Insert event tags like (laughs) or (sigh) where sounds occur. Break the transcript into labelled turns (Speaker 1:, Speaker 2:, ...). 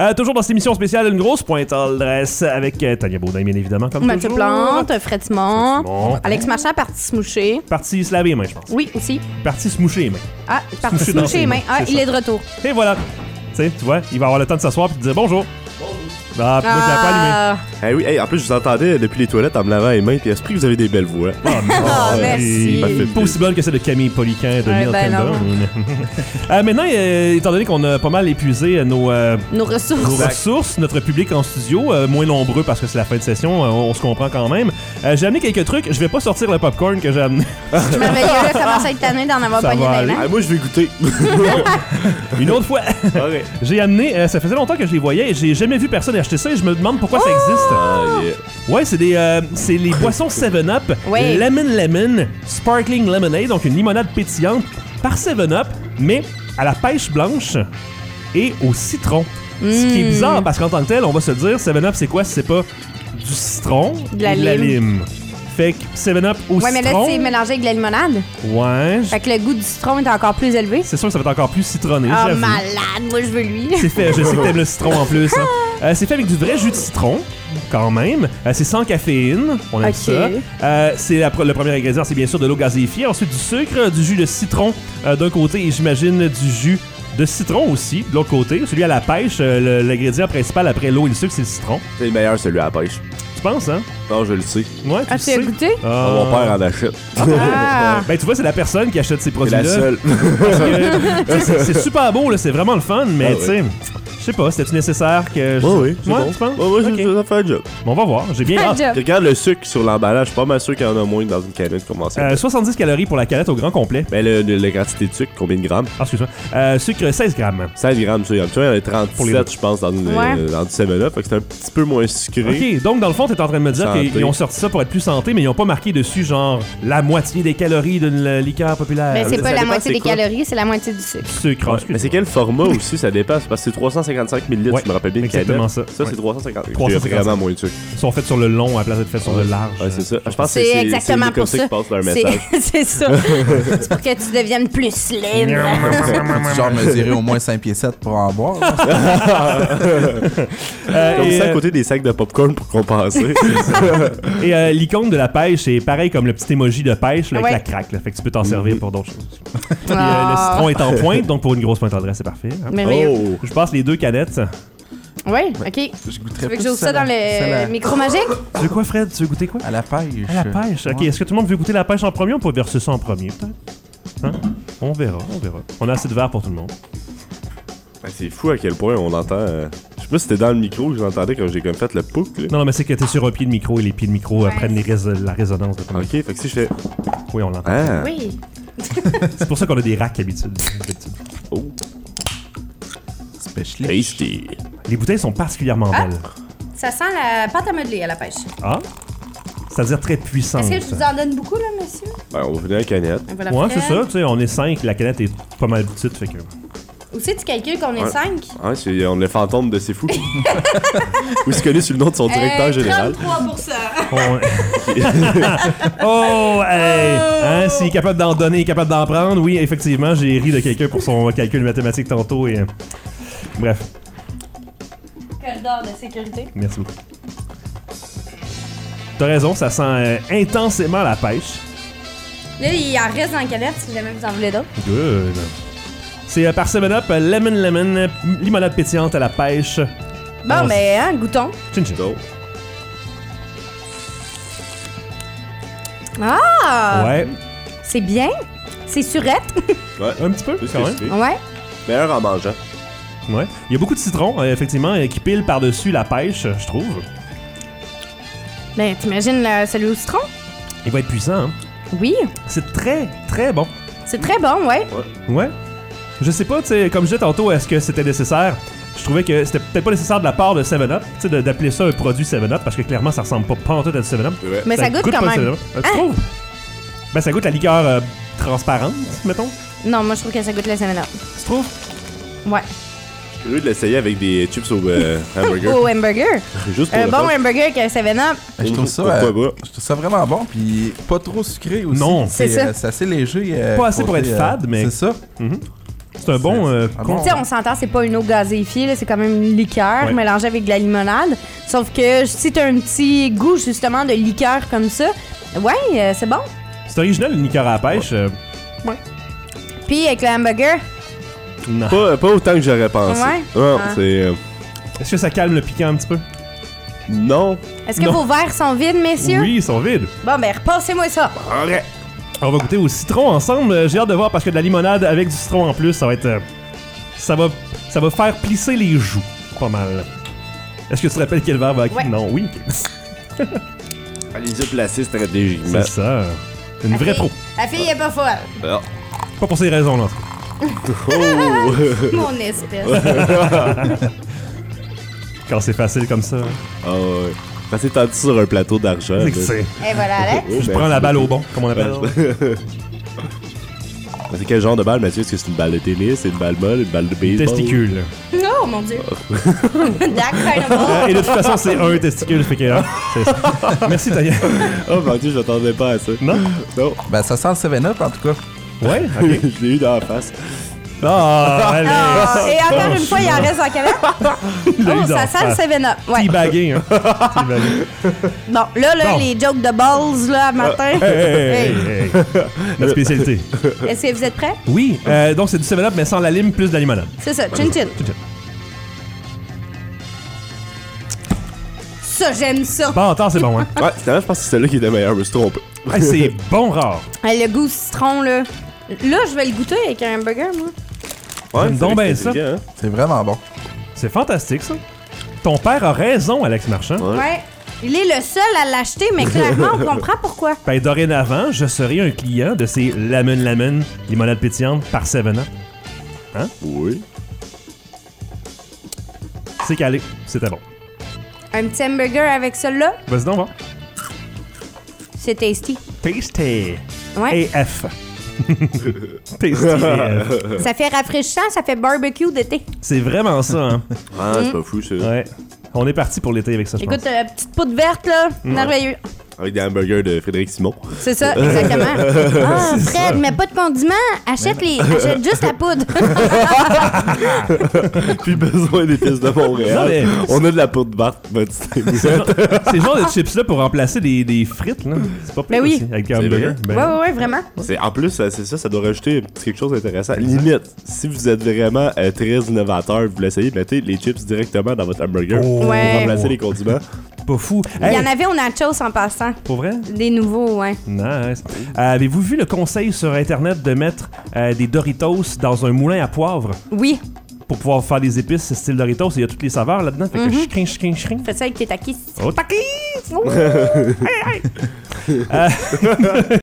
Speaker 1: Euh, toujours dans cette émission spéciale, une grosse pointe all dress avec euh, Tania Baudin, bien évidemment, comme
Speaker 2: Mathieu
Speaker 1: toujours.
Speaker 2: Plante, Fred Simon,
Speaker 1: Bon.
Speaker 2: Alex Marchand, parti se moucher.
Speaker 1: Parti se laver les mains, je pense.
Speaker 2: Oui, aussi.
Speaker 1: Parti se moucher les mains.
Speaker 2: Ah, parti
Speaker 1: moucher
Speaker 2: se
Speaker 1: dans
Speaker 2: moucher
Speaker 1: ses
Speaker 2: les
Speaker 1: mains,
Speaker 2: mains. Ah,
Speaker 1: c'est
Speaker 2: il
Speaker 1: ça.
Speaker 2: est de retour.
Speaker 1: Et voilà. Tu sais, tu vois, il va avoir le temps de s'asseoir puis de dire bonjour. Ah, puis moi, je l'ai pas allumé.
Speaker 2: Ah,
Speaker 3: Eh oui, hey, en plus, je vous entendais depuis les toilettes en me lavant les mains, puis esprit, vous avez des belles voix.
Speaker 1: Hein?
Speaker 2: Ah, merci.
Speaker 3: Parfait.
Speaker 1: Oh, Pas aussi bonne que celle de Camille Poliquin de
Speaker 2: Ouais,
Speaker 1: Neil
Speaker 2: ben
Speaker 1: Campbell. (laughs) Euh, maintenant, euh, étant donné qu'on a pas mal épuisé euh, nos, euh,
Speaker 2: nos
Speaker 1: nos
Speaker 2: ressources.
Speaker 1: ressources, notre public en studio, euh, moins nombreux parce que c'est la fin de session, euh, on, on se comprend quand même. Euh, j'ai amené quelques trucs. Je vais pas sortir le popcorn que j'ai amené. (laughs)
Speaker 2: Merveilleux, ça commence à être tanné d'en avoir
Speaker 1: Ça
Speaker 2: pogné hein.
Speaker 1: va
Speaker 2: d'un
Speaker 1: aller.
Speaker 2: an.
Speaker 3: Ah, moi, je vais goûter.
Speaker 1: Une autre fois,
Speaker 3: Ok.
Speaker 1: j'ai amené. euh, ça faisait longtemps que je les voyais. et J'ai jamais vu personne acheter ça. Et je me demande pourquoi ça existe.
Speaker 3: Ah, yeah.
Speaker 1: Ouais, c'est des, euh, c'est les boissons 7 Up,
Speaker 2: Ouais.
Speaker 1: Lemon Lemon, Sparkling Lemonade, donc une limonade pétillante par 7 Up, mais à la pêche blanche et au citron. Ce qui est
Speaker 2: Mm.
Speaker 1: bizarre parce qu'en tant que tel, on va se dire 7 Up, c'est quoi si C'est pas du citron,
Speaker 2: De la
Speaker 1: et de la
Speaker 2: lime.
Speaker 1: lime. Fait que 7 Up au
Speaker 2: Ouais, mais là,
Speaker 1: citron.
Speaker 2: c'est mélangé avec de la limonade.
Speaker 1: ouais, j-
Speaker 2: Fait que le goût du citron est encore plus élevé.
Speaker 1: c'est sûr que ça va être encore plus citronné.
Speaker 2: Ah,
Speaker 1: j'avoue.
Speaker 2: malade, moi, je veux lui.
Speaker 1: C'est fait, je sais que t'aimes le citron en plus. hein. Euh, c'est fait avec du vrai jus de citron, quand même. Euh, c'est sans caféine, on aime
Speaker 2: Ok.
Speaker 1: ça. Euh, c'est la pre- le premier ingrédient, c'est bien sûr de l'eau gazéifiée. Ensuite, du sucre, du jus de citron euh, d'un côté et j'imagine du jus de citron aussi de l'autre côté. Celui à la pêche, euh, le- l'ingrédient principal après l'eau et le sucre, c'est le citron.
Speaker 3: C'est le meilleur, celui à la pêche.
Speaker 1: Tu penses, hein?
Speaker 3: Non, je le sais.
Speaker 1: Ouais, tu
Speaker 2: Ah,
Speaker 1: le
Speaker 2: tu as
Speaker 1: sais.
Speaker 2: goûté?
Speaker 1: (laughs) Ah.
Speaker 3: Mon père en achète.
Speaker 2: Ah.
Speaker 1: Ben, tu vois, c'est la personne qui achète ces
Speaker 3: C'est
Speaker 1: produits-là.
Speaker 3: la seule.
Speaker 1: Parce que, tu sais, c'est- c'est super beau, là, c'est vraiment le fun, mais
Speaker 3: Ah ouais.
Speaker 1: tu sais, je sais pas, c'était-tu nécessaire que. je-
Speaker 3: (laughs) Ouais, oui. c'est
Speaker 1: Ouais,
Speaker 3: bon.
Speaker 1: tu penses?
Speaker 3: Ouais, ouais, c'est-
Speaker 1: Ok.
Speaker 3: ça fait un job.
Speaker 1: Bon, on va voir, j'ai bien Euh,
Speaker 2: Ah,
Speaker 1: hâte.
Speaker 2: job.
Speaker 3: Regarde le sucre sur l'emballage. Je suis pas mal sûr qu'il y en a moins que dans une canette conventionnelle.
Speaker 1: Euh, 70 calories pour la canette au grand complet.
Speaker 3: Mais le, le- la quantité de sucre, combien de grammes?
Speaker 1: Ah, excuse-moi. Euh, sucre, 16 grammes.
Speaker 3: 16 grammes, ça. Il y en a- tu vois, il y en a
Speaker 1: Pour les deux.
Speaker 3: 37, je pense, dans, une,
Speaker 2: Ouais.
Speaker 3: euh, dans du 7-Up. Fait que c'est un petit peu moins sucré.
Speaker 1: Ok, donc dans le fond, t'es en train de me dire
Speaker 3: Santé.
Speaker 1: qu'ils ont sorti ça pour être plus santé, mais ils ont pas marqué dessus, genre, la moitié des calories d'une euh, liqueur populaire.
Speaker 2: Ben, c'est
Speaker 3: ça
Speaker 2: pas la
Speaker 3: dépend
Speaker 2: moitié
Speaker 3: c'est
Speaker 2: des
Speaker 3: quoi.
Speaker 2: calories, c'est la moitié du sucre.
Speaker 1: Sucre,
Speaker 3: Ouais,
Speaker 1: excuse-moi.
Speaker 3: Mais c'est quel format aussi ça dépasse Parce que c'est 355 ml,
Speaker 1: Ouais,
Speaker 3: je me rappelle bien une
Speaker 1: exactement
Speaker 3: canette.
Speaker 1: ça.
Speaker 3: Ça,
Speaker 1: Ouais.
Speaker 3: c'est 355.
Speaker 1: 355.
Speaker 3: J'ai vraiment moins de sucre.
Speaker 1: Ils sont faits sur le long à la place d'être faits sur le large.
Speaker 3: Ouais, c'est ça. Je pense que
Speaker 2: C'est exactement
Speaker 3: comme
Speaker 2: pour ça.
Speaker 3: qu'ils passent leur
Speaker 2: C'est- (laughs)
Speaker 3: message.
Speaker 2: C'est ça. c'est pour que tu deviennes
Speaker 1: (laughs)
Speaker 2: plus slim.
Speaker 4: Faut-tu genre mesurer au moins 5 pieds 7 pour en boire? là?
Speaker 1: Euh,
Speaker 3: Comme
Speaker 1: et,
Speaker 3: ça, à
Speaker 1: euh,
Speaker 3: côté des sacs de popcorn pour compenser.
Speaker 2: (laughs)
Speaker 1: et, euh, l'icône de la pêche est pareil comme le petit emoji de pêche là, avec
Speaker 2: Ouais.
Speaker 1: la craque. là. Fait que tu peux
Speaker 3: Mm-hmm.
Speaker 1: t'en servir pour d'autres choses. Et, euh, le
Speaker 2: Ah.
Speaker 1: citron est
Speaker 3: (laughs)
Speaker 1: en pointe, donc pour une grosse pointe d'adresse, c'est parfait. hein.
Speaker 2: Merveilleux.
Speaker 3: oh!
Speaker 1: Je passe les deux canettes.
Speaker 2: Ouais, OK.
Speaker 4: (laughs) Je
Speaker 2: Tu
Speaker 4: goûterais
Speaker 2: veux que
Speaker 4: plus
Speaker 2: j'ouvre ça
Speaker 4: celle
Speaker 2: dans
Speaker 4: à-
Speaker 2: le
Speaker 4: celle
Speaker 2: micro magique?
Speaker 1: Tu veux quoi, Fred? Tu veux goûter quoi?
Speaker 4: à, à la pêche.
Speaker 1: À la pêche. Ok,
Speaker 4: Ouais.
Speaker 1: est-ce que tout le monde veut goûter la pêche en premier On peut verser ça en premier, peut-être. Hein? On verra, on verra. On a assez de verre pour tout le monde.
Speaker 3: Ben, C'est fou à quel point on entend. euh, Je sais pas si c'était dans le micro que j'entendais quand j'ai comme fait le pouc. là.
Speaker 1: Non, non, mais c'est que t'es sur un pied de micro et les pieds de micro euh, prennent les rés- la résonance de ton
Speaker 3: Ok, fait que si je fais.
Speaker 1: Oui, on l'entend.
Speaker 3: Ah!
Speaker 2: (laughs) Oui.
Speaker 1: C'est pour ça qu'on a des racks habitude- d'habitude.
Speaker 3: Oh!
Speaker 4: Specialist.
Speaker 3: Tasty!
Speaker 1: Les bouteilles sont particulièrement
Speaker 2: Ah.
Speaker 1: belles.
Speaker 2: Ça sent la pâte à modeler à la pêche.
Speaker 1: Ah C'est-à-dire très puissant.
Speaker 2: Est-ce que je vous en donne beaucoup, là, monsieur?
Speaker 3: Ben, on va finir la canette.
Speaker 2: Voilà,
Speaker 1: Ouais,
Speaker 2: Fred.
Speaker 1: c'est ça, tu sais, on est 5, la canette est pas mal petite, fait que.
Speaker 2: Aussi, tu calcules qu'on est
Speaker 3: Ouais.
Speaker 2: 5?
Speaker 3: Hein, c'est- on est le fantôme
Speaker 2: (laughs)
Speaker 3: de C'est fou. Ou se connaît sous le nom
Speaker 2: Euh,
Speaker 3: de son directeur général.
Speaker 2: 33
Speaker 1: On- (laughs) oh, hey! Hein, s'il est capable d'en donner, il est capable d'en prendre, oui, effectivement, j'ai ri de quelqu'un pour son calcul mathématique tantôt et. euh, Bref.
Speaker 2: (laughs) Corridor de sécurité.
Speaker 1: Merci beaucoup. T'as raison, ça sent euh, intensément la pêche.
Speaker 2: Là, il en reste dans la canette si jamais vous en voulez d'autres.
Speaker 1: Good. C'est euh, par 7-Up, euh, Lemon Lemon, euh, limonade pétillante à la pêche.
Speaker 2: Bon,
Speaker 1: On-
Speaker 2: mais hein, goûtons.
Speaker 1: Chin chin.
Speaker 3: Donc,
Speaker 2: Ah!
Speaker 1: Ouais,
Speaker 2: C'est bien. C'est surette.
Speaker 3: ouais.
Speaker 1: un petit peu
Speaker 3: Plus que
Speaker 1: quand même.
Speaker 3: sucré.
Speaker 2: ouais.
Speaker 3: Meilleur en mangeant.
Speaker 1: Ouais. Il y a beaucoup de citrons, euh, effectivement, euh, qui pilent par-dessus la pêche, euh, je trouve.
Speaker 2: Ben, t'imagines le- celui au citron?
Speaker 1: Il va être puissant, hein.
Speaker 2: Oui.
Speaker 1: C'est très, très bon.
Speaker 2: C'est très bon, ouais.
Speaker 1: Ouais. Je sais pas, tu sais, comme je disais tantôt, est-ce que c'était nécessaire? Je trouvais que c'était peut-être pas nécessaire de la part de 7-Up, tu sais, de- d'appeler ça un produit 7-Up, parce que clairement, ça ressemble pas pantoute à du 7-Up.
Speaker 3: C'est vrai.
Speaker 2: Mais ça, goûte, quand
Speaker 1: pas le
Speaker 2: même. Ah!
Speaker 1: céleri. Euh, tu trouves? Ben, ça goûte la liqueur euh, transparente, mettons.
Speaker 2: Non, moi, je trouve que ça goûte la semaine
Speaker 1: Tu trouves?
Speaker 2: Ouais.
Speaker 3: Je suis heureux de l'essayer avec des chips au
Speaker 2: (laughs)
Speaker 3: euh, hamburger.
Speaker 2: Au hamburger.
Speaker 3: Juste pour
Speaker 2: Un
Speaker 3: le
Speaker 2: Oh. Euh, bon
Speaker 3: fun.
Speaker 2: hamburger avec un 7-Up.
Speaker 4: Je trouve ça,
Speaker 3: Pourquoi
Speaker 4: euh,
Speaker 3: pas?
Speaker 4: je trouve ça vraiment bon, puis pas trop sucré aussi.
Speaker 1: Non.
Speaker 2: C'est ça.
Speaker 4: euh, c'est assez léger. euh,
Speaker 1: Pas assez pour être fade, mais-
Speaker 4: C'est ça.
Speaker 1: C'est un bon. euh,
Speaker 4: Ah
Speaker 1: con-
Speaker 4: bon?
Speaker 2: Tu sais, on s'entend, c'est pas une eau gazéifiée, là, c'est quand même une liqueur
Speaker 1: Ouais.
Speaker 2: mélangée avec de la limonade. Sauf que si t'as un petit goût justement de liqueur comme ça, ouais, euh, c'est bon.
Speaker 1: C'est original, une liqueur à la pêche. euh,
Speaker 2: Puis avec le hamburger,
Speaker 1: non.
Speaker 3: Pas, pas autant que j'aurais pensé.
Speaker 2: Ouais?
Speaker 3: Non,
Speaker 2: Ah.
Speaker 3: c'est. euh,
Speaker 1: Est-ce que ça calme le piquant un petit peu?
Speaker 3: non.
Speaker 2: est-ce que
Speaker 1: Non.
Speaker 2: vos verres sont vides, messieurs?
Speaker 1: Oui, ils sont vides.
Speaker 2: Bon, ben, repassez-moi ça.
Speaker 3: Arrête.
Speaker 1: Ah, On va goûter au citron ensemble. Euh, J'ai hâte de voir parce que de la limonade avec du citron en plus, ça va être. euh, ça va ça va faire plisser les joues. Pas mal. Est-ce que tu te rappelles quel verre va
Speaker 2: Ouais.
Speaker 1: Non, oui.
Speaker 3: Allez-y, placez stratégiquement.
Speaker 1: C'est ça. Une vraie
Speaker 2: La fille-
Speaker 1: pro.
Speaker 2: La fille est pas folle.
Speaker 1: (laughs)
Speaker 3: Ah.
Speaker 1: Pas pour ces raisons, là.
Speaker 3: Oh!
Speaker 2: Mon espèce.
Speaker 1: Quand c'est facile comme ça.
Speaker 3: Ah ouais. Ça s'est tendu sur un plateau d'argent.
Speaker 1: C'est
Speaker 3: là.
Speaker 1: que c'est-
Speaker 2: Et voilà, Alex.
Speaker 3: Oh,
Speaker 1: Je
Speaker 3: merci
Speaker 1: prends la balle au
Speaker 3: beaucoup.
Speaker 1: bon, comme on
Speaker 3: ben, (laughs)
Speaker 1: appelle.
Speaker 3: C'est quel genre de balle, Mathieu? Est-ce que c'est une balle de tennis, c'est une balle molle, une balle de baseball?
Speaker 1: Testicule. (laughs)
Speaker 2: Oh mon (laughs) dieu. D'accord.
Speaker 1: Et de toute façon, c'est un testicule, fait que. hein, c'est ça. Merci, Tania.
Speaker 3: Oh mon dieu, je m'attendais pas à ça.
Speaker 1: Non?
Speaker 3: (laughs) Non,
Speaker 4: Ben, ça sent le 7-Up en tout cas.
Speaker 1: Ouais? Ok.
Speaker 3: je l'ai eu dans la face.
Speaker 1: Ah, allez.
Speaker 2: Ah, et encore une fois, il en reste
Speaker 1: (laughs)
Speaker 2: en canette.
Speaker 1: a eu
Speaker 2: Oh,
Speaker 1: d'en
Speaker 2: ça sent le
Speaker 1: face.
Speaker 2: 7-Up. Ouais.
Speaker 1: Teabagué, hein. Teabagué.
Speaker 2: Bon, là, là
Speaker 1: Bon. Euh,
Speaker 2: les jokes de balls, là, à matin.
Speaker 1: Hey,
Speaker 2: Hey.
Speaker 1: (laughs) hey, hey. Notre spécialité.
Speaker 2: Est-ce que vous êtes prêts?
Speaker 1: Oui, euh, donc c'est du 7-Up, mais sans la lime, plus de la limonade.
Speaker 2: C'est ça, chin chin.
Speaker 1: Chin chin.
Speaker 2: Ça, j'aime ça.
Speaker 1: Bon, attends, c'est bon, hein.
Speaker 2: Ah.
Speaker 3: Ouais, finalement, je pense que c'est celle-là qui était meilleure, je me suis trompé.
Speaker 1: Hey, Ah, c'est bon rare.
Speaker 2: Hey, le goût citron, là. Là, je vais le goûter avec un burger, moi.
Speaker 1: J'aime
Speaker 3: c'est hein.
Speaker 1: donc
Speaker 3: vrai
Speaker 1: bien
Speaker 3: que c'est
Speaker 1: ça.
Speaker 3: intriguant,
Speaker 4: C'est vraiment bon.
Speaker 1: C'est fantastique, ça. Ton père a raison, Alex Marchand.
Speaker 3: Ouais.
Speaker 2: Ouais. Il est le seul à l'acheter, mais clairement, on comprend pourquoi.
Speaker 1: Ben, dorénavant, je serai un client de ces Lemon Lemon, limonade pétillante par 7-Up.
Speaker 3: hein? Oui.
Speaker 2: Mm.
Speaker 1: C'est calé, c'était bon.
Speaker 2: Un petit hamburger avec celui-là,
Speaker 1: Vas-y donc, va.
Speaker 2: c'est tasty.
Speaker 1: Tasty.
Speaker 2: Ouais.
Speaker 1: AF. (laughs) Tasty AF.
Speaker 2: Ça fait rafraîchissant, ça fait barbecue d'été.
Speaker 1: C'est vraiment ça, hein.
Speaker 3: Ah, c'est pas fou, ça.
Speaker 1: Ouais. On est parti pour l'été avec ça, je pense.
Speaker 2: Écoute, la petite poudre verte, là, merveilleux.
Speaker 3: Avec des hamburgers de Frédéric Simon. (laughs)
Speaker 2: C'est ça, exactement. Ah, Fred, mais pas de condiments. Achète, les, achète juste la poudre.
Speaker 3: Plus besoin d'épices de
Speaker 1: Non,
Speaker 3: Montréal.
Speaker 1: mais-
Speaker 3: On a de la poudre de Bart, ma
Speaker 1: (laughs)
Speaker 3: petite émoulette.
Speaker 1: Ces genres
Speaker 2: (laughs)
Speaker 1: de chips-là pour remplacer des, des frites, là. C'est pas pire
Speaker 2: Ben oui.
Speaker 1: aussi, avec un hamburger.
Speaker 3: vrai.
Speaker 1: Ben,
Speaker 2: Ouais, ouais, ouais, vraiment.
Speaker 3: C'est- En plus, euh, c'est ça, ça doit rajouter un petit quelque chose d'intéressant. Limite, si vous êtes vraiment euh, très innovateur, vous l'essayez, mettez les chips directement dans votre hamburger
Speaker 1: Oh.
Speaker 3: pour
Speaker 2: Ouais.
Speaker 3: remplacer les condiments.
Speaker 1: Pas fou.
Speaker 2: Il
Speaker 1: Hey,
Speaker 2: y en avait au nachos en passant.
Speaker 1: Pour vrai?
Speaker 2: Des nouveaux, hein. ouais.
Speaker 1: Nice. Avez-vous vu le conseil sur Internet de mettre euh, des Doritos dans un moulin à poivre
Speaker 2: Oui,
Speaker 1: pour pouvoir faire des épices style Doritos? Il y a toutes les saveurs là-dedans. Fait que
Speaker 2: Mhm.
Speaker 1: chrin, chrin, chrin.
Speaker 2: fais ça avec tes takis.
Speaker 1: Oh, taquis!